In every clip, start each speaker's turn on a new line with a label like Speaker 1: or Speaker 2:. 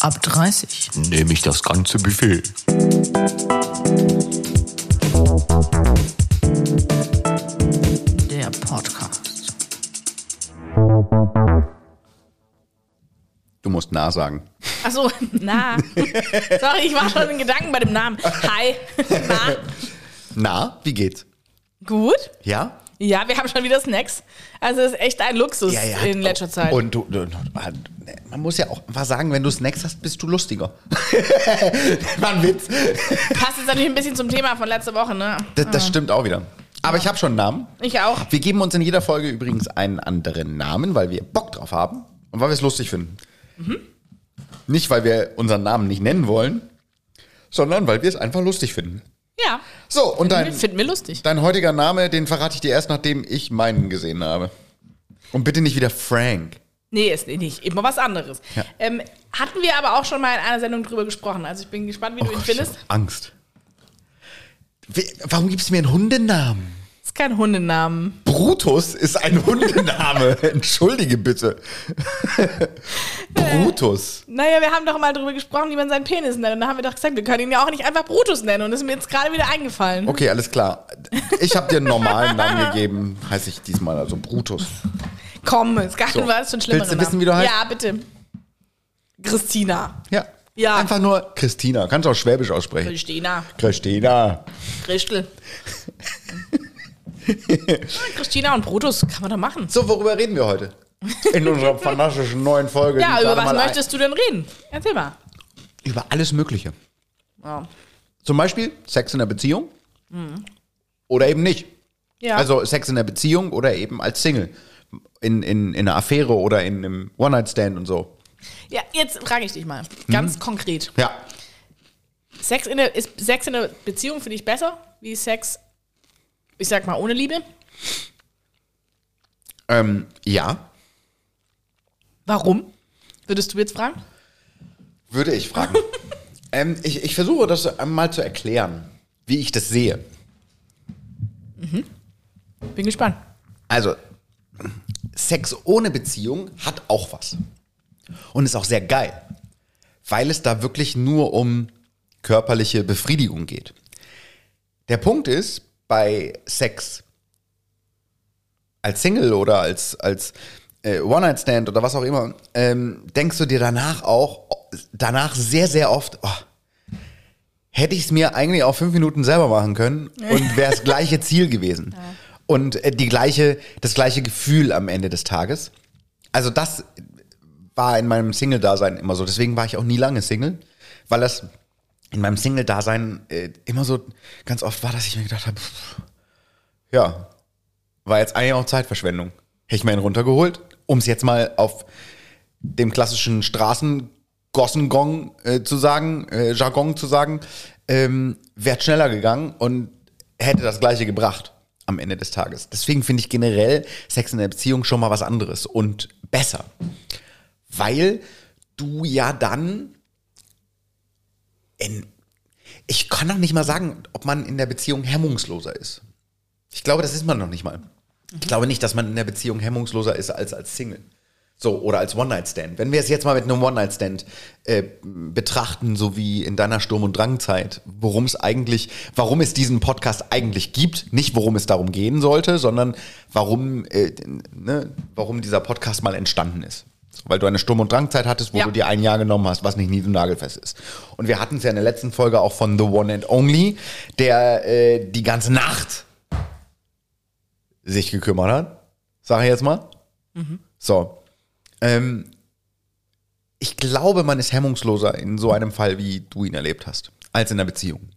Speaker 1: Ab 30.
Speaker 2: Nehme ich das ganze Buffet.
Speaker 1: Der Podcast.
Speaker 3: Du musst nah sagen.
Speaker 4: Achso, na. Sorry, ich war schon in Gedanken bei dem Namen. Hi. Na,
Speaker 3: Na, wie geht's?
Speaker 4: gut.
Speaker 3: Ja?
Speaker 4: Ja, wir haben schon wieder Snacks. Also es ist echt ein Luxus in letzter Zeit.
Speaker 3: Und du, du, ah, man muss ja auch einfach sagen, wenn du Snacks hast, bist du lustiger. War ein Witz.
Speaker 4: Passt jetzt natürlich ein bisschen zum Thema von letzter Woche, ne?
Speaker 3: Das, das stimmt auch wieder. Aber ich habe schon einen Namen.
Speaker 4: Ich auch.
Speaker 3: Wir geben uns in jeder Folge übrigens einen anderen Namen, weil wir Bock drauf haben und weil wir es lustig finden.
Speaker 4: Mhm.
Speaker 3: Nicht, weil wir unseren Namen nicht nennen wollen, sondern weil wir es einfach lustig finden.
Speaker 4: Ja.
Speaker 3: So, und dein,
Speaker 4: Finden wir lustig.
Speaker 3: dein heutiger Name, den verrate ich dir erst, nachdem ich meinen gesehen habe. Und bitte nicht wieder Frank.
Speaker 4: Nee, ist nicht. Immer was anderes.
Speaker 3: Ja.
Speaker 4: Ähm, hatten wir aber auch schon mal in einer Sendung drüber gesprochen. Also ich bin gespannt, wie du ihn
Speaker 3: Gott,
Speaker 4: findest.
Speaker 3: Oh, ich hab Angst. Wie- Warum gibst du mir einen Hundenamen?
Speaker 4: ist kein Hundenamen.
Speaker 3: Brutus ist ein Hundename. Entschuldige bitte. Brutus.
Speaker 4: Naja, wir haben doch mal drüber gesprochen, wie man seinen Penis nennt. Und da haben wir doch gesagt, wir können ihn ja auch nicht einfach Brutus nennen. Und das ist mir jetzt gerade wieder eingefallen.
Speaker 3: Okay, alles klar. Ich habe dir einen normalen Namen gegeben, heiße ich diesmal also Brutus.
Speaker 4: Komm, es gab
Speaker 3: So.
Speaker 4: so. was für einen schlimmeren
Speaker 3: Willst du wissen, wie du heißt?
Speaker 4: Ja, bitte. Christina.
Speaker 3: Ja.
Speaker 4: Ja.
Speaker 3: Einfach nur Christina. Kannst du auch Schwäbisch aussprechen.
Speaker 4: Christina.
Speaker 3: Christina.
Speaker 4: Christel. Christina und Brutus kann man doch machen.
Speaker 3: So, worüber reden wir heute? In unserer fantastischen neuen Folge.
Speaker 4: Ja,
Speaker 3: die
Speaker 4: über
Speaker 3: gerade
Speaker 4: was
Speaker 3: mal ein-
Speaker 4: möchtest du denn reden? Erzähl mal.
Speaker 3: Über alles Mögliche.
Speaker 4: Ja.
Speaker 3: Zum Beispiel Sex in der Beziehung oder eben nicht.
Speaker 4: Ja.
Speaker 3: Also Sex in der Beziehung oder eben als Single. In, in, in einer Affäre oder in einem One-Night-Stand und so.
Speaker 4: ja, jetzt frage ich dich mal. Ganz
Speaker 3: Mhm.
Speaker 4: konkret.
Speaker 3: Ja.
Speaker 4: Sex in der, ist Sex in der Beziehung für dich besser? Wie Sex, ich sag mal, ohne Liebe?
Speaker 3: Ähm, ja.
Speaker 4: Warum? Würdest du jetzt fragen?
Speaker 3: Würde ich fragen. ähm, ich, ich versuche das einmal zu erklären, wie ich das sehe.
Speaker 4: Bin gespannt.
Speaker 3: Also, Sex ohne Beziehung hat auch was. Und ist auch sehr geil, weil es da wirklich nur um körperliche Befriedigung geht. Der Punkt ist, bei Sex als Single oder als, als äh, One-Night-Stand oder was auch immer, ähm, denkst du dir danach auch, danach sehr, sehr oft, oh, hätte ich es mir eigentlich auch fünf Minuten selber machen können und wäre das gleiche Ziel gewesen. Und äh, die gleiche, das gleiche Gefühl am Ende des Tages. Also das war in meinem Single-Dasein immer so. Deswegen war ich auch nie lange Single, weil das in meinem Single-Dasein äh, immer so ganz oft war, dass ich mir gedacht habe, pff, ja, war jetzt eigentlich auch Zeitverschwendung. Hätte ich mir einen runtergeholt, um es jetzt mal auf dem klassischen Straßengossengong äh, zu sagen, äh, Jargon zu sagen, ähm, wäre schneller gegangen und hätte das Gleiche gebracht am Ende des Tages. Deswegen finde ich generell Sex in der Beziehung schon mal was anderes und besser. Weil du ja dann in, ich kann noch nicht mal sagen, ob man in der Beziehung hemmungsloser ist. Ich glaube, das ist man noch nicht mal. Ich glaube nicht, dass man in der Beziehung hemmungsloser ist als als Single. So, oder als One-Night-Stand. Wenn wir es jetzt mal mit einem One-Night-Stand äh, betrachten, so wie in deiner Sturm- und Drangzeit, worum es eigentlich, warum es diesen Podcast eigentlich gibt, nicht worum es darum gehen sollte, sondern warum, äh, ne, warum dieser Podcast mal entstanden ist. So, Weil du eine Sturm- und Drangzeit hattest, wo
Speaker 4: Ja.
Speaker 3: du dir ein Jahr genommen hast, was nicht nied- und nagelfest ist. Und wir hatten es ja in der letzten Folge auch von The One and Only, der äh, die ganze Nacht sich gekümmert hat. Sag ich jetzt mal.
Speaker 4: Mhm.
Speaker 3: So. Ähm, ich glaube, man ist hemmungsloser in so einem Fall, wie du ihn erlebt hast, als in der Beziehung.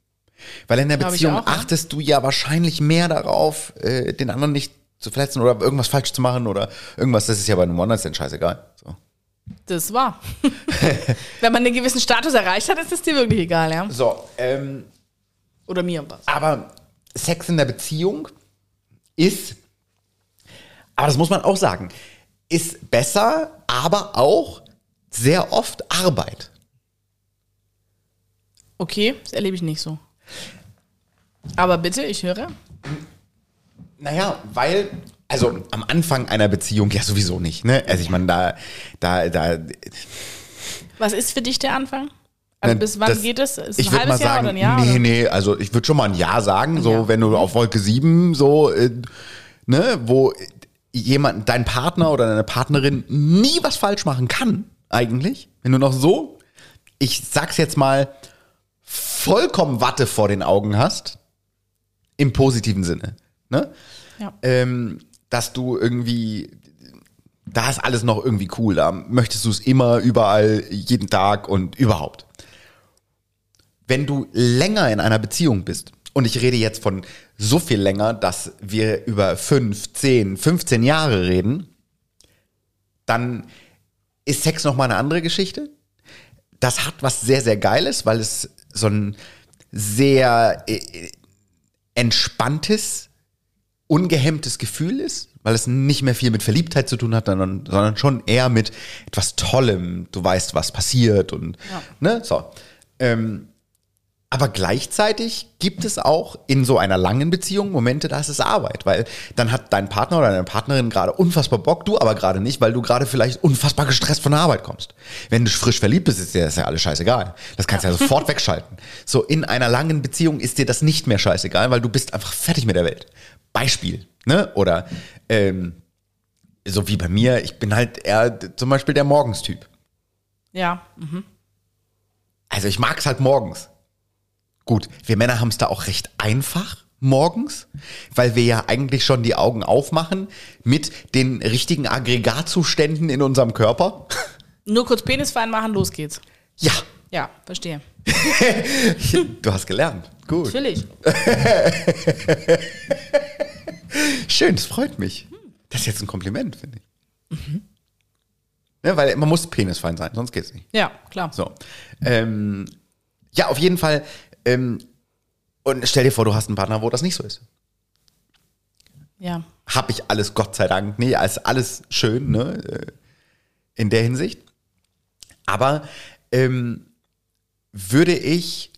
Speaker 3: Weil in der
Speaker 4: Glaub ich
Speaker 3: Beziehung
Speaker 4: auch, ja.
Speaker 3: achtest du ja wahrscheinlich mehr darauf, äh, den anderen nicht zu verletzen oder irgendwas falsch zu machen oder irgendwas. Das ist ja bei einem One-Night-Stand scheißegal. So.
Speaker 4: Das war. Wenn man einen gewissen Status erreicht hat, ist es dir wirklich egal, ja?
Speaker 3: so ähm,
Speaker 4: Oder mir was.
Speaker 3: Aber Sex in der Beziehung ist, aber das muss man auch sagen, ist besser, aber auch sehr oft Arbeit.
Speaker 4: Okay, das erlebe ich nicht so. Aber bitte, ich höre.
Speaker 3: Naja, weil, also am Anfang einer Beziehung ja sowieso nicht, ne? Also ich meine, da, da, da,
Speaker 4: Was ist für dich der Anfang? Also
Speaker 3: Na,
Speaker 4: bis wann
Speaker 3: das-
Speaker 4: geht es? Ist
Speaker 3: ich
Speaker 4: ein
Speaker 3: würde
Speaker 4: halbes
Speaker 3: mal
Speaker 4: Jahr
Speaker 3: sagen,
Speaker 4: oder ein Jahr?
Speaker 3: nee,
Speaker 4: oder?
Speaker 3: nee, also ich würde schon mal ein Ja sagen, so
Speaker 4: Ja.
Speaker 3: wenn du auf Wolke 7 so, äh, ne, wo jemand, dein Partner oder deine Partnerin nie was falsch machen kann, eigentlich, wenn du noch so, ich sag's jetzt mal, vollkommen Watte vor den Augen hast, im positiven Sinne, ne?
Speaker 4: Ja.
Speaker 3: ähm, dass du irgendwie, da ist alles noch irgendwie cool, da möchtest du es immer, überall, jeden Tag und überhaupt. Wenn du länger in einer Beziehung bist, und ich rede jetzt von so viel länger, dass wir über 5, 10, 15 Jahre reden, dann ist Sex nochmal eine andere Geschichte. Das hat was sehr, sehr Geiles, weil es so ein sehr äh, äh, entspanntes, ungehemmtes Gefühl ist, weil es nicht mehr viel mit Verliebtheit zu tun hat, sondern, sondern schon eher mit etwas Tollem. Du weißt, was passiert und ne, so. Ähm, aber gleichzeitig gibt es auch in so einer langen Beziehung Momente, da ist es Arbeit, weil dann hat dein Partner oder deine Partnerin gerade unfassbar Bock, du aber gerade nicht, weil du gerade vielleicht unfassbar gestresst von der Arbeit kommst. Wenn du frisch verliebt bist, ist dir das ja alles scheißegal. Das kannst du ja sofort wegschalten. So in einer langen Beziehung ist dir das nicht mehr scheißegal, weil du bist einfach fertig mit der Welt. Beispiel, ne? Oder ähm, so wie bei mir, ich bin halt eher zum Beispiel der Morgenstyp.
Speaker 4: ja. mhm.
Speaker 3: Also ich mag's halt morgens. Gut, wir Männer haben's da auch recht einfach morgens, weil wir ja eigentlich schon die Augen aufmachen mit den richtigen Aggregatzuständen in unserem Körper.
Speaker 4: Nur kurz Penis fein machen, los geht's.
Speaker 3: Ja,
Speaker 4: Ja, verstehe.
Speaker 3: du hast gelernt. Gut.
Speaker 4: Natürlich.
Speaker 3: Schön, das freut mich. Das ist jetzt ein Kompliment, finde ich. Ne, weil man muss penisfein sein, sonst geht's nicht.
Speaker 4: Ja, klar.
Speaker 3: So. Ähm, ja, auf jeden Fall. Ähm, und stell dir vor, du hast einen Partner, wo das nicht so ist.
Speaker 4: Ja.
Speaker 3: habe ich alles, Gott sei Dank. Nee, ist alles schön, ne? äh, In der Hinsicht. Aber ähm, würde ich,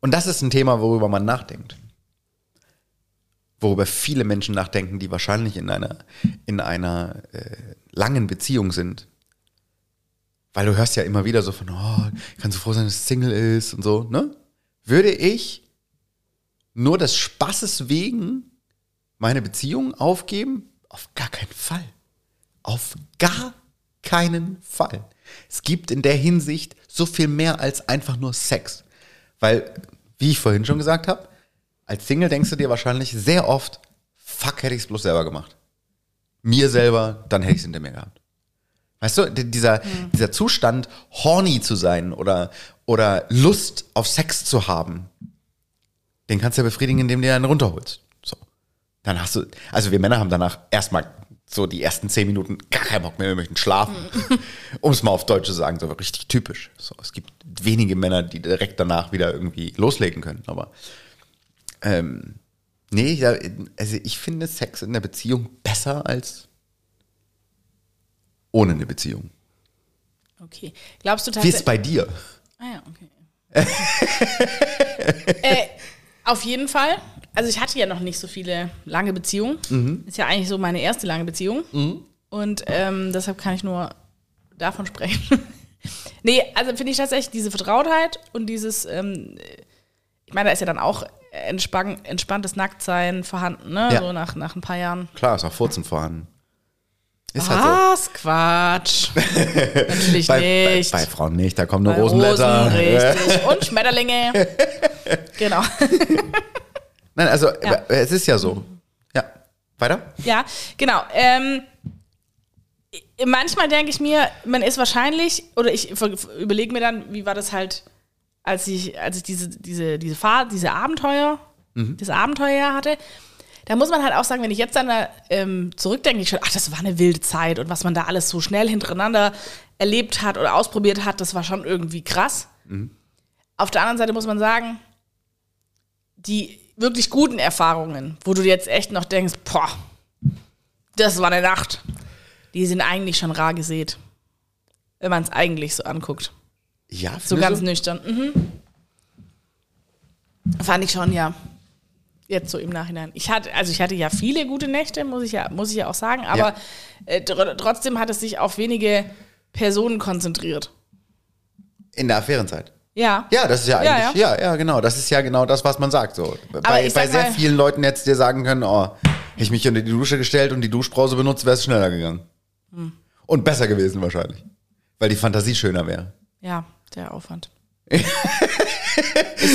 Speaker 3: und das ist ein Thema, worüber man nachdenkt, worüber viele Menschen nachdenken, die wahrscheinlich in einer, in einer äh, langen Beziehung sind. Weil du hörst ja immer wieder so von, oh, kannst du froh sein, dass es Single ist und so, ne? Würde ich nur des Spaßes wegen meine Beziehung aufgeben? Auf gar keinen Fall. Auf gar keinen Fall. Es gibt in der Hinsicht so viel mehr als einfach nur Sex. Weil, wie ich vorhin schon gesagt habe, als Single denkst du dir wahrscheinlich sehr oft, fuck, hätte ich es bloß selber gemacht. Mir selber, dann hätte ich es hinter mir gehabt. Weißt du, di- dieser, dieser Zustand, horny zu sein oder, oder Lust auf Sex zu haben, den kannst du ja befriedigen, indem du dir einen runterholst. So. Dann hast du, also wir Männer haben danach erstmal so die ersten zehn Minuten gar keinen Bock mehr, wir möchten schlafen.
Speaker 4: Mhm.
Speaker 3: um es mal auf Deutsch zu sagen, so richtig typisch. So, es gibt wenige Männer, die direkt danach wieder irgendwie loslegen können, aber ähm, nee, ja, also ich finde Sex in der Beziehung besser als ohne eine Beziehung.
Speaker 4: Okay. Glaubst du
Speaker 3: Wie ist
Speaker 4: tatsächlich.
Speaker 3: bei dir?
Speaker 4: Ah ja, okay. äh, auf jeden Fall. Also ich hatte ja noch nicht so viele lange Beziehungen.
Speaker 3: Mhm.
Speaker 4: Ist ja eigentlich so meine erste lange Beziehung. Und ähm, deshalb kann ich nur davon sprechen. nee, also finde ich tatsächlich diese Vertrautheit und dieses, ähm, ich meine, da ist ja dann auch entspann, entspanntes Nacktsein vorhanden, ne?
Speaker 3: Ja.
Speaker 4: So nach, nach ein paar Jahren.
Speaker 3: Klar, ist auch Furzen vorhanden. Ist halt
Speaker 4: Was? Quatsch. Natürlich
Speaker 3: Bei, bei,
Speaker 4: nicht.
Speaker 3: bei Frauen nicht, da kommen nur
Speaker 4: Bei
Speaker 3: Rosenblätter.
Speaker 4: Rosen, richtig. Und Schmetterlinge. genau.
Speaker 3: Nein, also äh, es ist ja so.
Speaker 4: Mhm.
Speaker 3: Ja. Weiter?
Speaker 4: Ja, genau. Ähm, i- manchmal denke ich mir, man ist wahrscheinlich, oder ich ver- überlege mir dann, wie war das halt, als ich, als ich diese, diese, diese Fahrt, diese Abenteuer, das Abenteuer hatte. Da muss man halt auch sagen, wenn ich jetzt dann da, ähm, zurückdenke, ich schon, ach, das war eine wilde Zeit und was man da alles so schnell hintereinander erlebt hat oder ausprobiert hat, das war schon irgendwie krass. Auf der anderen Seite muss man sagen, die wirklich guten Erfahrungen, wo du jetzt echt noch denkst, boah, das war eine Nacht, die sind eigentlich schon rar gesät, wenn man es eigentlich so anguckt.
Speaker 3: Ja,
Speaker 4: So ganz nüchtern. Mhm. Fand ich schon, ja. Jetzt so im Nachhinein. Ich hatte, also ich hatte ja viele gute Nächte, muss ich ja, muss ich ja auch sagen, aber
Speaker 3: Ja.
Speaker 4: äh, tr trotzdem hat es sich auf wenige Personen konzentriert.
Speaker 3: In der Affärenzeit.
Speaker 4: Ja.
Speaker 3: Ja, das ist ja
Speaker 4: Ja,
Speaker 3: eigentlich, ja, ja. genau, das ist ja genau das, was man sagt. So. Bei,
Speaker 4: ich
Speaker 3: bei
Speaker 4: sag
Speaker 3: sehr
Speaker 4: mal-
Speaker 3: vielen Leuten hättest du dir sagen können, oh, hätte ich mich unter die Dusche gestellt und die Duschbrause benutzt, wäre es schneller gegangen.
Speaker 4: Hm.
Speaker 3: Und besser gewesen wahrscheinlich. Weil die Fantasie schöner wäre.
Speaker 4: Ja, der Aufwand. ist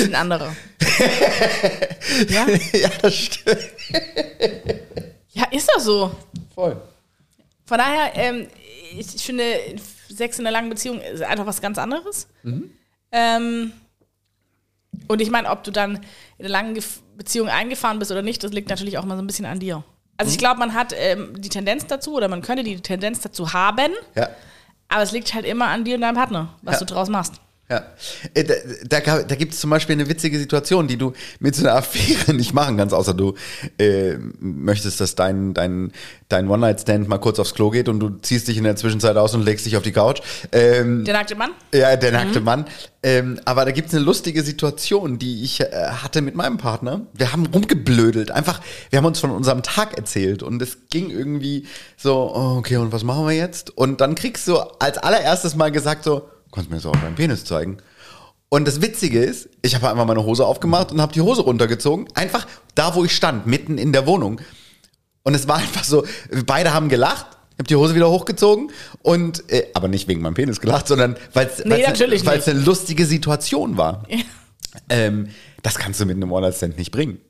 Speaker 4: ein anderer. ja?
Speaker 3: ja, das stimmt.
Speaker 4: ja, ist doch so.
Speaker 3: Voll.
Speaker 4: Von daher, ähm, ich, ich finde, Sex in einer langen Beziehung ist einfach was ganz anderes. Ähm, und ich meine, ob du dann in einer langen Gef- Beziehung eingefahren bist oder nicht, das liegt natürlich auch mal so ein bisschen an dir. Also ich glaube, man hat ähm, die Tendenz dazu oder man könnte die Tendenz dazu haben,
Speaker 3: Ja.
Speaker 4: aber es liegt halt immer an dir und deinem Partner, was
Speaker 3: Ja.
Speaker 4: du draus machst.
Speaker 3: Ja. Äh, Da, da, ga- da gibt es zum Beispiel eine witzige Situation, die du mit so einer Affäre nicht machen kannst, außer du äh, möchtest, dass dein, dein, dein One-Night-Stand mal kurz aufs Klo geht und du ziehst dich in der Zwischenzeit aus und legst dich auf die Couch. Ähm,
Speaker 4: Der nackte Mann?
Speaker 3: ja, der nackte Mann. Ähm, aber da gibt's eine lustige Situation, die ich äh, hatte mit meinem Partner. Wir haben rumgeblödelt. Einfach, wir haben uns von unserem Tag erzählt und es ging irgendwie so, oh, okay, und was machen wir jetzt? Und dann kriegst du als allererstes mal gesagt so, kannst mir jetzt auch deinen Penis zeigen. Und das Witzige ist, ich habe einfach meine Hose aufgemacht und habe die Hose runtergezogen. Einfach da, wo ich stand, mitten in der Wohnung. Und es war einfach so, beide haben gelacht, ich habe die Hose wieder hochgezogen und, äh, aber nicht wegen meinem Penis gelacht, sondern weil es
Speaker 4: Nee, natürlich nicht.
Speaker 3: eine lustige Situation war. Ähm, das kannst du mit einem One-Night-Stand nicht bringen.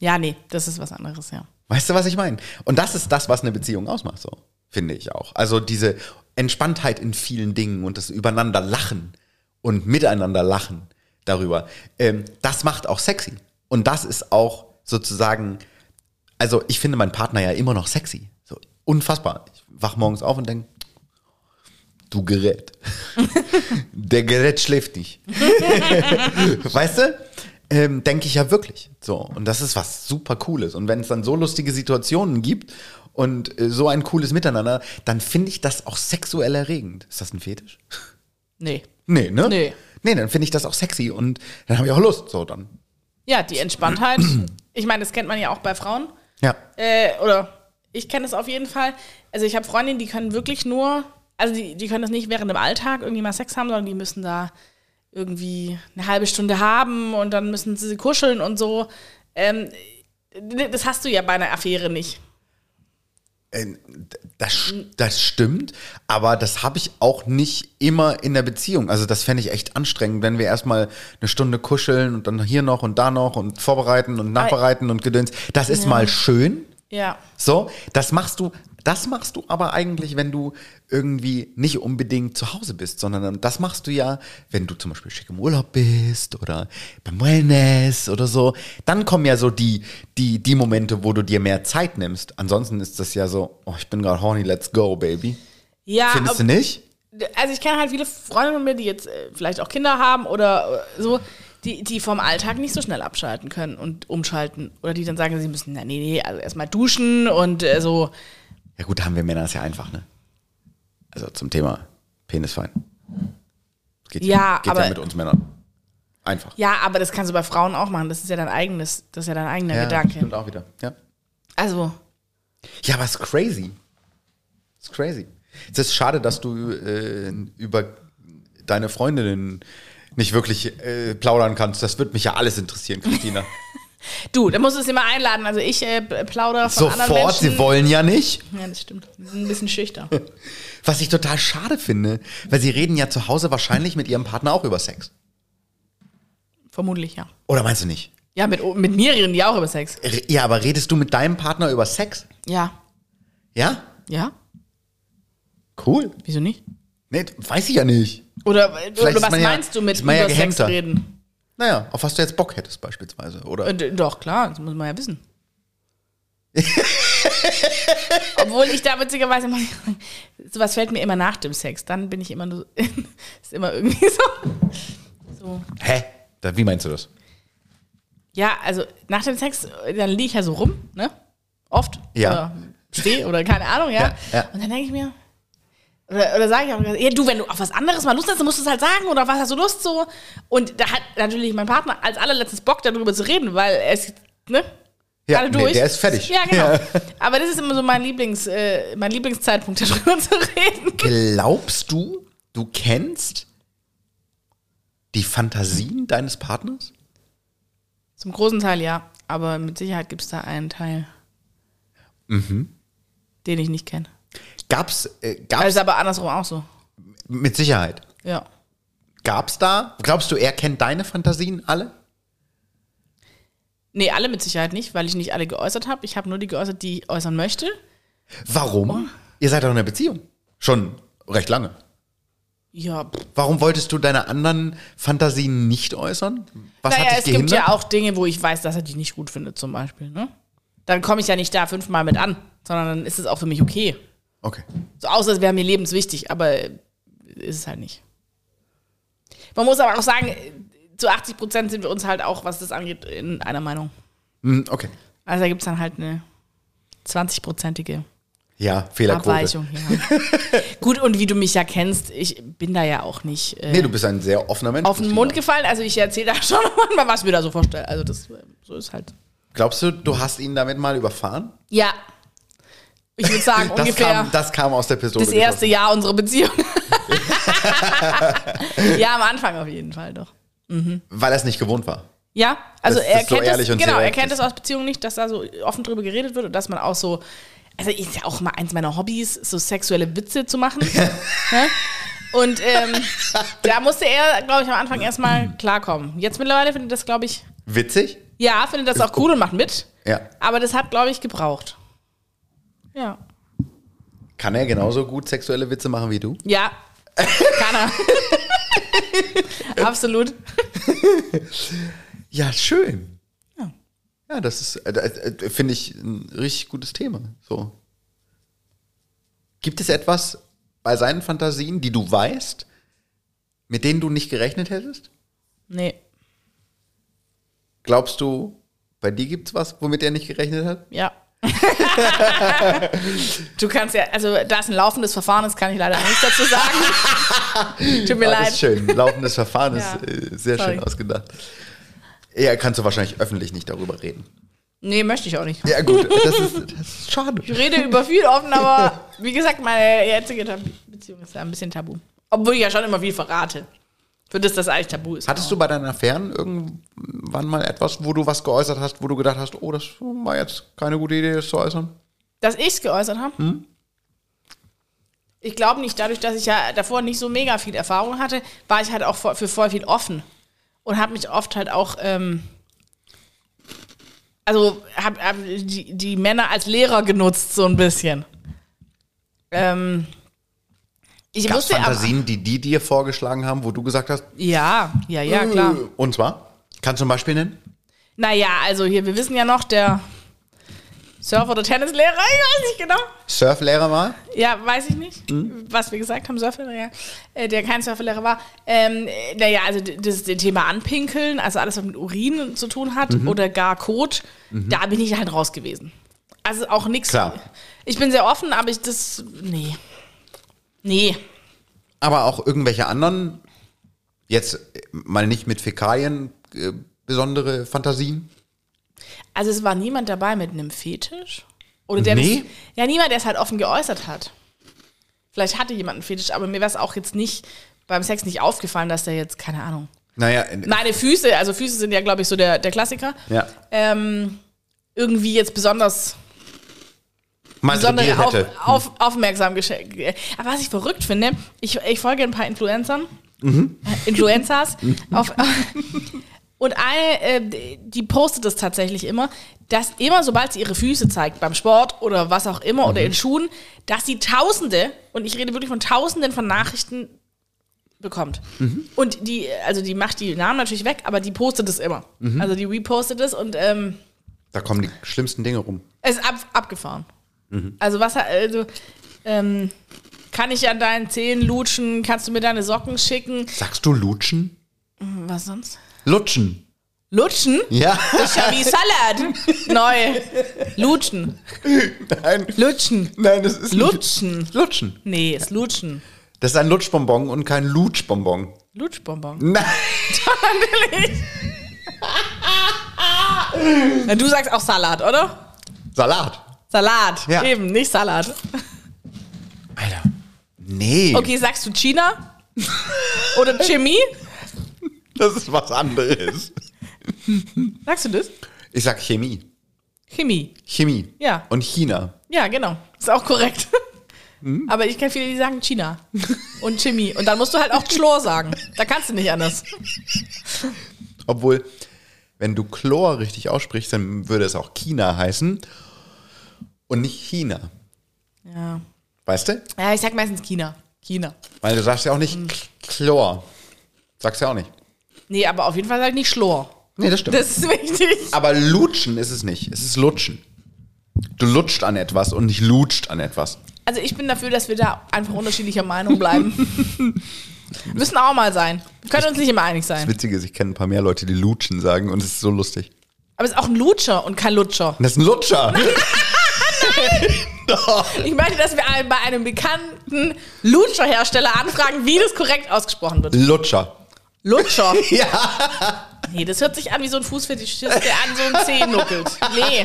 Speaker 4: Ja, nee, das ist was anderes, ja.
Speaker 3: Weißt du, was ich meine? Und das ist das, was eine Beziehung ausmacht, so, finde ich auch. Also diese Entspanntheit in vielen Dingen und das übereinander lachen und miteinander lachen darüber, ähm, das macht auch sexy. Und das ist auch sozusagen, also ich finde meinen Partner ja immer noch sexy. So, unfassbar. Ich wach morgens auf und denke, du Gerät. Der Gerät schläft nicht. weißt du? Ähm, Denke ich ja wirklich. So. Und das ist was super Cooles. Und wenn es dann so lustige Situationen gibt und äh, so ein cooles Miteinander, dann finde ich das auch sexuell erregend. Ist das ein Fetisch?
Speaker 4: Nee.
Speaker 3: Nee, ne?
Speaker 4: Nee.
Speaker 3: Nee, dann finde ich das auch sexy und dann habe ich auch Lust. So, dann.
Speaker 4: Ja, die Entspanntheit. Ich meine, das kennt man ja auch bei Frauen.
Speaker 3: Ja.
Speaker 4: äh, oder ich kenne es auf jeden Fall. Also ich habe Freundinnen, die können wirklich nur, also die, die können das nicht während dem Alltag irgendwie mal Sex haben, sondern die müssen da irgendwie eine halbe Stunde haben und dann müssen sie kuscheln und so. Ähm, das hast du ja bei einer Affäre nicht.
Speaker 3: Ähm, d- Das, sch- das stimmt, aber das habe ich auch nicht immer in der Beziehung. Also das fände ich echt anstrengend, wenn wir erstmal eine Stunde kuscheln und dann hier noch und da noch und vorbereiten und nachbereiten und gedöns. Das ist mal schön.
Speaker 4: Ja.
Speaker 3: So, das machst du, das machst du aber eigentlich, wenn du irgendwie nicht unbedingt zu Hause bist, sondern das machst du ja, wenn du zum Beispiel schick im Urlaub bist oder beim Wellness oder so. Dann kommen ja so die, die, die Momente, wo du dir mehr Zeit nimmst. Ansonsten ist das ja so, oh, ich bin gerade horny, let's go, baby.
Speaker 4: Ja,
Speaker 3: Findest
Speaker 4: ob-
Speaker 3: du nicht?
Speaker 4: also ich kenne halt viele Freunde von mir, die jetzt äh, vielleicht auch Kinder haben oder äh, so, die, die vom Alltag nicht so schnell abschalten können und umschalten. Oder die dann sagen, sie müssen, na, nee, nee, also erstmal duschen und äh, so.
Speaker 3: Ja gut, da haben wir Männer ist ja einfach, ne? Also zum Thema Penisfein. Geht
Speaker 4: Ja,
Speaker 3: geht ja
Speaker 4: aber-
Speaker 3: mit uns Männern. Einfach.
Speaker 4: Ja, aber das kannst du bei Frauen auch machen. Das ist ja dein eigenes, das ist ja dein eigener Gedanke.
Speaker 3: stimmt auch wieder. Ja.
Speaker 4: Also,
Speaker 3: Ja, aber ist crazy. Ist crazy. Es ist schade, dass du äh, über deine Freundinnen nicht wirklich äh, plaudern kannst. Das würde mich ja alles interessieren, Christina.
Speaker 4: du, da musst du es immer einladen. Also ich äh, plaudere von anderen
Speaker 3: Sofort,
Speaker 4: Menschen.
Speaker 3: sie wollen ja nicht.
Speaker 4: Ja, das stimmt. Die sind Ein bisschen schüchtern.
Speaker 3: Was ich total schade finde, weil sie reden ja zu Hause wahrscheinlich mit ihrem Partner auch über Sex.
Speaker 4: Vermutlich, ja.
Speaker 3: Oder meinst du nicht?
Speaker 4: Ja, mit, mit mir reden die auch über Sex.
Speaker 3: Re ja, aber redest du mit deinem Partner über Sex?
Speaker 4: Ja.
Speaker 3: Ja?
Speaker 4: Ja?
Speaker 3: Cool.
Speaker 4: Wieso nicht?
Speaker 3: Nee, weiß ich ja nicht.
Speaker 4: Oder, äh,
Speaker 3: Vielleicht
Speaker 4: oder
Speaker 3: ist
Speaker 4: was
Speaker 3: man ja-
Speaker 4: meinst du mit
Speaker 3: ist man ja
Speaker 4: über Sex
Speaker 3: gehemmter.
Speaker 4: reden?
Speaker 3: Naja, auf was du jetzt Bock hättest beispielsweise. Oder?
Speaker 4: Äh, d- doch, klar, das muss man ja wissen. Obwohl ich da witzigerweise mal, sowas fällt mir immer nach dem Sex. Dann bin ich immer nur, ist immer irgendwie so. so.
Speaker 3: Hä? Da, wie meinst du das?
Speaker 4: Ja, also nach dem Sex, äh, dann liege ich ja so rum, ne? Oft.
Speaker 3: Ja.
Speaker 4: Oder stehe oder keine Ahnung, ja.
Speaker 3: Ja, ja.
Speaker 4: Und dann denke ich mir, oder, oder sage ich auch, ja, du, wenn du auf was anderes mal Lust hast, dann musst du es halt sagen oder auf was hast du Lust so. Und da hat natürlich mein Partner als allerletztes Bock darüber zu reden, weil es, ne?
Speaker 3: Ja,
Speaker 4: Gerade
Speaker 3: nee,
Speaker 4: durch.
Speaker 3: der ist fertig.
Speaker 4: Ja, genau. Aber das ist immer so mein, Lieblings, äh, mein Lieblingszeitpunkt, darüber zu reden.
Speaker 3: Glaubst du, du kennst die Fantasien deines Partners?
Speaker 4: Zum großen Teil ja. Aber mit Sicherheit gibt es da einen Teil, den ich nicht kenne.
Speaker 3: Gab's, äh, Mhm. gab's
Speaker 4: Also aber andersrum auch so.
Speaker 3: mit Sicherheit.
Speaker 4: Ja.
Speaker 3: Gab's da? Glaubst du, er kennt deine Fantasien alle?
Speaker 4: Nee, alle mit Sicherheit nicht, weil ich nicht alle geäußert habe. Ich habe nur die geäußert, die ich äußern möchte.
Speaker 3: Warum?
Speaker 4: Oh.
Speaker 3: Ihr seid doch in einer Beziehung. Schon recht lange.
Speaker 4: Ja, pff.
Speaker 3: Warum wolltest du deine anderen Fantasien nicht äußern? Was
Speaker 4: naja,
Speaker 3: hat dich
Speaker 4: es gibt
Speaker 3: gehindert?
Speaker 4: ja auch Dinge, wo ich weiß, dass er die nicht gut findet, zum Beispiel. Ne? Dann komme ich ja nicht da fünfmal mit an, sondern dann ist es auch für mich okay.
Speaker 3: okay.
Speaker 4: So außer es wäre mir lebenswichtig, aber äh, ist es halt nicht. Man muss aber auch sagen, äh, zu 80 Prozent sind wir uns halt auch, was das angeht, in einer Meinung.
Speaker 3: Hm, okay.
Speaker 4: Also da gibt es dann halt eine 20-prozentige
Speaker 3: Ja, Fehlerquote.
Speaker 4: Abweichung. Ja. Gut, und wie du mich ja kennst, ich bin da ja auch nicht äh,
Speaker 3: Nee, du bist ein sehr offener Mensch.
Speaker 4: auf den
Speaker 3: Christina.
Speaker 4: Mund gefallen. Also ich erzähle da schon manchmal, was ich mir da so vorstelle. Also das äh, so ist halt.
Speaker 3: Glaubst du, du hast ihn damit mal überfahren?
Speaker 4: Ja. Ich würde sagen,
Speaker 3: Das
Speaker 4: ungefähr.
Speaker 3: kam, das kam aus der Pistole.
Speaker 4: das erste
Speaker 3: geschossen.
Speaker 4: Jahr unserer Beziehung. ja, am Anfang auf jeden Fall doch.
Speaker 3: Weil er es nicht gewohnt war.
Speaker 4: Ja, also
Speaker 3: Das
Speaker 4: er
Speaker 3: ist so
Speaker 4: kennt
Speaker 3: ehrlich
Speaker 4: das,
Speaker 3: und
Speaker 4: genau, er
Speaker 3: direkt
Speaker 4: kennt
Speaker 3: ist.
Speaker 4: das aus Beziehungen nicht, dass da so offen drüber geredet wird und dass man auch so, also ist ja auch mal eins meiner Hobbys, so sexuelle Witze zu machen. Ne? und ähm, da musste er, glaube ich, am Anfang erstmal klarkommen. Jetzt mittlerweile findet das, glaube ich,
Speaker 3: Witzig?
Speaker 4: ja, findet das auch cool und macht mit.
Speaker 3: Ja.
Speaker 4: Aber das hat, glaube ich, gebraucht. Ja.
Speaker 3: Kann er genauso gut sexuelle Witze machen wie du?
Speaker 4: Ja. Kann er. Absolut.
Speaker 3: Ja, schön. Ja. Ja, das ist, äh, äh, äh, finde ich, ein richtig gutes Thema. So. Gibt es etwas bei seinen Fantasien, die du weißt, mit denen du nicht gerechnet hättest?
Speaker 4: Nee,
Speaker 3: Glaubst du, bei dir gibt es was, womit er nicht gerechnet hat?
Speaker 4: ja. du kannst ja, also da es ein laufendes Verfahren ist, kann ich leider nichts dazu sagen. Tut mir
Speaker 3: Ah,
Speaker 4: leid.
Speaker 3: Das ist schön. Laufendes Verfahren
Speaker 4: Ja.
Speaker 3: ist äh, sehr
Speaker 4: Sorry.
Speaker 3: schön ausgedacht. Ja, kannst du wahrscheinlich öffentlich nicht darüber reden.
Speaker 4: Nee, möchte ich auch nicht.
Speaker 3: Ja, gut. Das ist, das ist schade.
Speaker 4: Ich rede über viel offen, aber wie gesagt, meine jetzige Tab Beziehung ist da ein bisschen tabu. Obwohl ich ja schon immer viel verrate. Für das, das eigentlich tabu ist.
Speaker 3: Hattest du bei deinen Affären irgendwann mal etwas, wo du was geäußert hast, wo du gedacht hast, oh, das war jetzt keine gute Idee, das zu äußern?
Speaker 4: Dass ich es geäußert habe? Ich glaube nicht, dadurch, dass ich ja davor nicht so mega viel Erfahrung hatte, war ich halt auch vor- für voll viel offen. Und habe mich oft halt auch, ähm, also habe hab die, die Männer als Lehrer genutzt, so ein bisschen. Ähm, ich
Speaker 3: Gab es
Speaker 4: wusste aber.
Speaker 3: Fantasien, die die dir vorgeschlagen haben, wo du gesagt hast,
Speaker 4: Ja, ja, ja, klar.
Speaker 3: äh, Und zwar? Kannst du ein Beispiel nennen?
Speaker 4: Naja, also hier, wir wissen ja noch, der Surfer- oder Tennislehrer, ich weiß nicht genau.
Speaker 3: Surflehrer mal?
Speaker 4: Ja, weiß ich nicht,
Speaker 3: Hm?
Speaker 4: was wir gesagt haben, Surflehrer, ja, äh, der kein Surflehrer war. Ähm, äh, naja, also d- das das Thema Anpinkeln, also alles, was mit Urin zu tun hat
Speaker 3: Mhm.
Speaker 4: oder gar Kot, da bin ich halt raus gewesen. Also auch nichts.
Speaker 3: Klar.
Speaker 4: Ich bin sehr offen, aber ich das, nee. Nee.
Speaker 3: Aber auch irgendwelche anderen, jetzt äh, mal nicht mit Fäkalien, äh, besondere Fantasien?
Speaker 4: Also es war niemand dabei mit einem Fetisch. Oder der
Speaker 3: Nee?
Speaker 4: das, Ja, niemand, der es halt offen geäußert hat. Vielleicht hatte jemand einen Fetisch, aber mir wäre es auch jetzt nicht beim Sex nicht aufgefallen, dass der jetzt, keine Ahnung,
Speaker 3: Naja, äh,
Speaker 4: meine Füße, also Füße sind ja, glaube ich, so der, der Klassiker,
Speaker 3: ja.
Speaker 4: ähm, irgendwie jetzt besonders, besonders
Speaker 3: Masturbiert
Speaker 4: auf,
Speaker 3: hätte.
Speaker 4: auf, aufmerksam geschenkt. Aber was ich verrückt finde, ich, ich folge ein paar Influencern, äh, Influencers, auf, und eine, äh, die postet das tatsächlich immer, dass immer, sobald sie ihre Füße zeigt, beim Sport oder was auch immer oder in Schuhen, dass sie Tausende, und ich rede wirklich von Tausenden von Nachrichten bekommt. Und die, also die macht die Namen natürlich weg, aber die postet es immer. Also die repostet es und ähm,
Speaker 3: Da kommen die schlimmsten Dinge rum.
Speaker 4: es ist ab, abgefahren. Also was, also, ähm, kann ich an deinen Zehen lutschen? Kannst du mir deine Socken schicken?
Speaker 3: Sagst du lutschen?
Speaker 4: Was sonst?
Speaker 3: Lutschen.
Speaker 4: Lutschen?
Speaker 3: Ja.
Speaker 4: Ist ja wie Salat. Neu. Lutschen.
Speaker 3: Nein,
Speaker 4: Lutschen.
Speaker 3: nein, das ist nicht-
Speaker 4: Lutschen.
Speaker 3: Lutschen.
Speaker 4: Nee, ist Lutschen.
Speaker 3: Das ist ein Lutschbonbon und kein Lutschbonbon.
Speaker 4: Lutschbonbon.
Speaker 3: Nein.
Speaker 4: Natürlich. Na, du sagst auch Salat, oder?
Speaker 3: Salat.
Speaker 4: Salat.
Speaker 3: Ja.
Speaker 4: Eben, nicht Salat.
Speaker 3: Alter. Nee.
Speaker 4: Okay, sagst du China? oder Chemie?
Speaker 3: Das ist was anderes.
Speaker 4: Sagst du das?
Speaker 3: Ich sag Chemie.
Speaker 4: Chemie.
Speaker 3: Chemie.
Speaker 4: Ja.
Speaker 3: Und China.
Speaker 4: Ja, genau. Ist auch korrekt. Aber ich kenne viele, die sagen China und Chemie. Und dann musst du halt auch Chlor sagen. Da kannst du nicht anders.
Speaker 3: Obwohl, wenn du Chlor richtig aussprichst, dann würde es auch China heißen. Und nicht China.
Speaker 4: Ja.
Speaker 3: Weißt du?
Speaker 4: Ja, ich sag meistens China. China.
Speaker 3: Weil du sagst ja auch nicht Chlor. Sagst ja auch nicht.
Speaker 4: Nee, aber auf jeden Fall sag ich nicht Schlor.
Speaker 3: Nee, das stimmt.
Speaker 4: Das ist wichtig.
Speaker 3: Aber lutschen ist es nicht. Es ist lutschen. Du lutscht an etwas und nicht lutscht an etwas.
Speaker 4: Also ich bin dafür, dass wir da einfach unterschiedlicher Meinung bleiben. Müssen auch mal sein. Wir können uns nicht immer einig
Speaker 3: Das
Speaker 4: sein.
Speaker 3: Witzige ist, ich kenne ein paar mehr Leute, die lutschen sagen und es ist so lustig.
Speaker 4: Aber es ist auch ein Lutscher und kein Lutscher.
Speaker 3: Und das ist ein Lutscher.
Speaker 4: Ich möchte, dass wir ein- bei einem bekannten Lutscher-Hersteller anfragen, wie das korrekt ausgesprochen wird.
Speaker 3: Lutscher.
Speaker 4: Lutscher.
Speaker 3: Ja.
Speaker 4: Nee, das hört sich an wie so ein Fußfetischist, der an so einen Zeh nuckelt. Nee.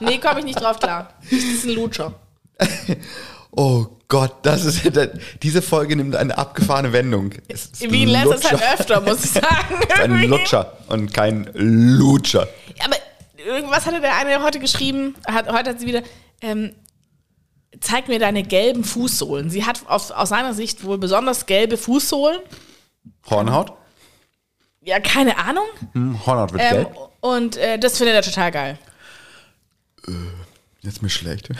Speaker 4: Nee, komme ich nicht drauf klar. Das ist ein Lutscher.
Speaker 3: Oh Gott, das ist diese Folge nimmt eine abgefahrene Wendung. Es ist
Speaker 4: Wie in letzter
Speaker 3: Lutscher.
Speaker 4: Zeit öfter, muss ich sagen.
Speaker 3: Ein
Speaker 4: Irgendwie.
Speaker 3: Lutscher und kein Lutscher.
Speaker 4: Aber irgendwas hatte der eine heute geschrieben, hat, heute hat sie wieder, ähm, zeig mir deine gelben Fußsohlen. Sie hat auf, aus seiner Sicht wohl besonders gelbe Fußsohlen.
Speaker 3: Hornhaut?
Speaker 4: Ja, keine Ahnung.
Speaker 3: Hm, Hornhaut wird
Speaker 4: Ähm,
Speaker 3: gelb.
Speaker 4: und äh, das findet er total geil.
Speaker 3: Jetzt ist mir schlecht.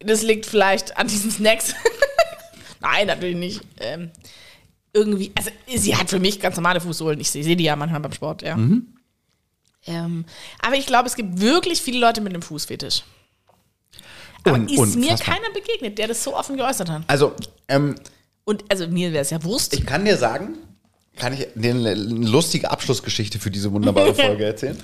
Speaker 4: Das liegt vielleicht an diesen Snacks. Nein, natürlich nicht. Ähm, irgendwie, also sie hat für mich ganz normale Fußsohlen. Ich sehe die ja manchmal beim Sport, ja.
Speaker 3: Mhm.
Speaker 4: Ähm, aber ich glaube, es gibt wirklich viele Leute mit einem Fußfetisch. Aber
Speaker 3: Un-
Speaker 4: ist mir
Speaker 3: unfassbar.
Speaker 4: keiner begegnet, der das so offen geäußert hat.
Speaker 3: Also, ähm,
Speaker 4: Und also mir wäre es ja Wurst.
Speaker 3: ich kann dir sagen, kann ich dir eine lustige Abschlussgeschichte für diese wunderbare Folge erzählen?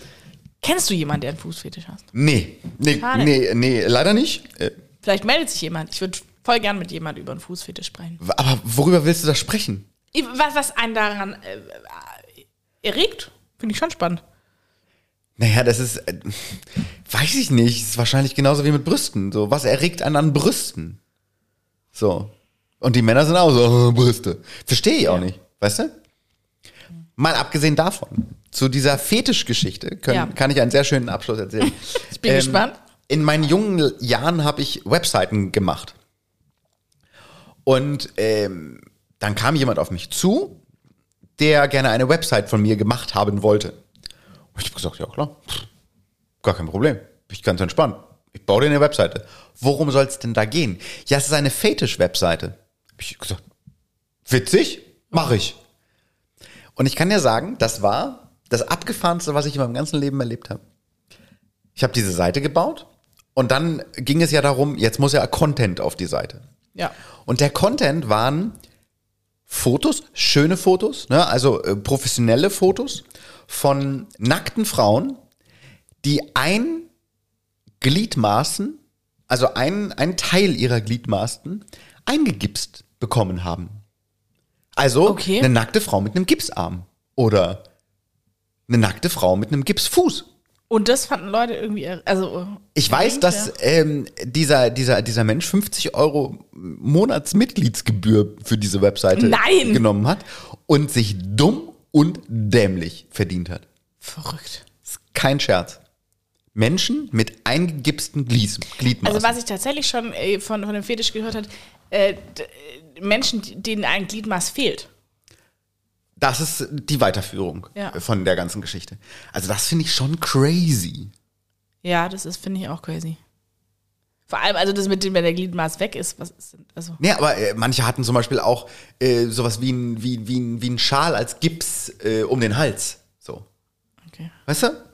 Speaker 4: Kennst du jemanden, der einen Fußfetisch hat?
Speaker 3: Nee, nee,
Speaker 4: Schade.
Speaker 3: nee, nee, leider nicht. Äh,
Speaker 4: Vielleicht meldet sich jemand. Ich würde voll gern mit jemandem über einen Fußfetisch sprechen.
Speaker 3: Aber worüber willst du da sprechen?
Speaker 4: Ich- Was, was einen daran äh, erregt, finde ich schon spannend.
Speaker 3: Naja, das ist, äh, weiß ich nicht, ist wahrscheinlich genauso wie mit Brüsten. So, was erregt einen an Brüsten? So. Und die Männer sind auch so, äh, Brüste. Verstehe ich auch nicht, weißt du? Mal abgesehen davon, zu dieser Fetischgeschichte können,
Speaker 4: Ja.
Speaker 3: kann ich einen sehr schönen Abschluss erzählen.
Speaker 4: Ich bin gespannt.
Speaker 3: Ähm, In meinen jungen Jahren habe ich Webseiten gemacht. Und ähm, dann kam jemand auf mich zu, der gerne eine Website von mir gemacht haben wollte. Und ich habe gesagt, ja klar, Pff, gar kein Problem. Ich ganz entspannt. Ich baue dir eine Webseite. Worum soll es denn da gehen? Ja, es ist eine Fetisch-Webseite. Hab Ich gesagt, witzig, mache ich. Und ich kann dir sagen, das war das abgefahrenste, was ich in meinem ganzen Leben erlebt habe. Ich habe diese Seite gebaut und dann ging es ja darum, jetzt muss ja Content auf die Seite.
Speaker 4: Ja.
Speaker 3: Und der Content waren Fotos, schöne Fotos, ne? also äh, professionelle Fotos von nackten Frauen, die ein Gliedmaßen, also ein, ein Teil ihrer Gliedmaßen eingegipst bekommen haben. Also
Speaker 4: Okay.
Speaker 3: eine nackte Frau mit einem Gipsarm oder eine nackte Frau mit einem Gipsfuß.
Speaker 4: Und das fanden Leute irgendwie, er- also
Speaker 3: Ich weiß,
Speaker 4: Klingt,
Speaker 3: dass
Speaker 4: ja.
Speaker 3: ähm, dieser, dieser, dieser Mensch 50 Euro Monatsmitgliedsgebühr für diese Webseite
Speaker 4: Nein!
Speaker 3: genommen hat und sich dumm und dämlich verdient hat.
Speaker 4: verrückt.
Speaker 3: Kein Scherz. Menschen mit eingegipsten Glies, Gliedmaßen.
Speaker 4: Also was ich tatsächlich schon äh, von, von dem Fetisch gehört hat, äh, d- äh, Menschen, die- denen ein Gliedmaß fehlt.
Speaker 3: das ist die Weiterführung
Speaker 4: Ja.
Speaker 3: von der ganzen Geschichte. Also das finde ich schon crazy.
Speaker 4: Ja, das ist, finde ich auch crazy. Vor allem, also das mit dem, wenn der Gliedmaß weg ist, was ist denn, also.
Speaker 3: Nee, aber äh, manche hatten zum Beispiel auch äh, sowas wie ein, wie, wie, ein, wie ein Schal als Gips äh, um den Hals. So.
Speaker 4: Okay.
Speaker 3: Weißt du?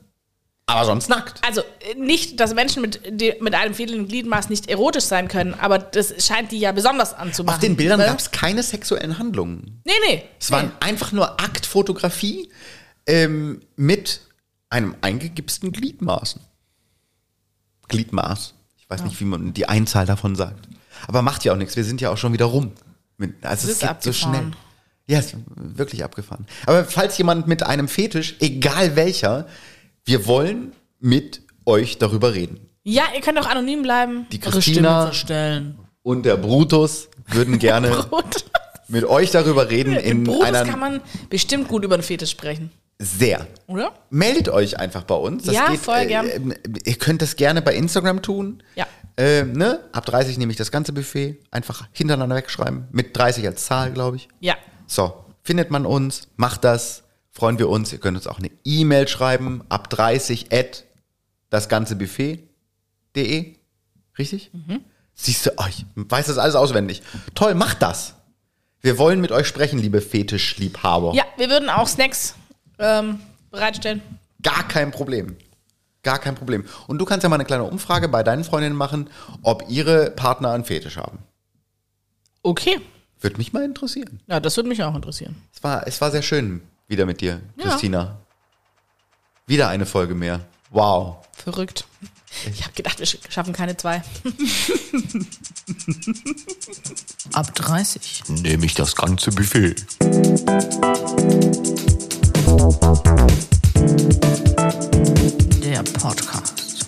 Speaker 3: Aber sonst nackt.
Speaker 4: Also äh, nicht, dass Menschen mit, de- mit einem fehlenden Gliedmaß nicht erotisch sein können, aber das scheint die ja besonders anzumachen.
Speaker 3: Auf den Bildern
Speaker 4: oder?
Speaker 3: gab es keine sexuellen Handlungen.
Speaker 4: Nee, nee.
Speaker 3: Es waren einfach nur Aktfotografie ähm, mit einem eingegipsten Gliedmaßen. Gliedmaß. Ich weiß nicht, wie man die Einzahl davon sagt. Aber macht ja auch nichts. Wir sind ja auch schon wieder rum. Mit- Also
Speaker 4: Das
Speaker 3: es
Speaker 4: ist
Speaker 3: geht so
Speaker 4: abgefahren.
Speaker 3: schnell. Ja, es ist wirklich abgefahren. Aber falls jemand mit einem Fetisch, egal welcher, Wir wollen mit euch darüber reden.
Speaker 4: Ja, ihr könnt auch anonym bleiben.
Speaker 3: Die
Speaker 4: Eure Stimmen
Speaker 3: Christina- Äh,
Speaker 4: verstellen.
Speaker 3: Und der Brutus würden gerne
Speaker 4: Brot.
Speaker 3: mit euch darüber reden
Speaker 4: Mit
Speaker 3: in
Speaker 4: Brutus kann
Speaker 3: einer
Speaker 4: man bestimmt gut über den Fetisch sprechen,
Speaker 3: sehr
Speaker 4: oder?
Speaker 3: meldet euch einfach bei uns.
Speaker 4: Ja, voll gern.
Speaker 3: ähm, Ihr könnt das gerne bei Instagram tun.
Speaker 4: Ja.
Speaker 3: Ähm, ne? Ab 30 nehme ich das ganze Buffet. Einfach hintereinander wegschreiben. Mit 30 als Zahl, glaube ich.
Speaker 4: Ja.
Speaker 3: So, findet man uns, macht das, freuen wir uns. Ihr könnt uns auch eine E-Mail schreiben. Ab 30 at das ganze Buffet.de. Richtig?
Speaker 4: Mhm.
Speaker 3: Siehst du, oh, ich weiß das alles auswendig. Toll, macht das. Wir wollen mit euch sprechen, liebe Fetischliebhaber.
Speaker 4: Ja, wir würden auch Snacks ähm, bereitstellen.
Speaker 3: Gar kein Problem. Gar kein Problem. Und du kannst ja mal eine kleine Umfrage bei deinen Freundinnen machen, ob ihre Partner einen Fetisch haben.
Speaker 4: Okay.
Speaker 3: Würde mich mal interessieren.
Speaker 4: Ja, das würde mich auch interessieren.
Speaker 3: Es war, es war sehr schön wieder mit dir,
Speaker 4: Ja.
Speaker 3: Christina. Wieder eine Folge mehr. Wow.
Speaker 4: Verrückt. Ich habe gedacht, wir sch- schaffen keine zwei.
Speaker 1: Ab 30.
Speaker 2: Nehme ich das ganze Buffet.
Speaker 1: Der Podcast.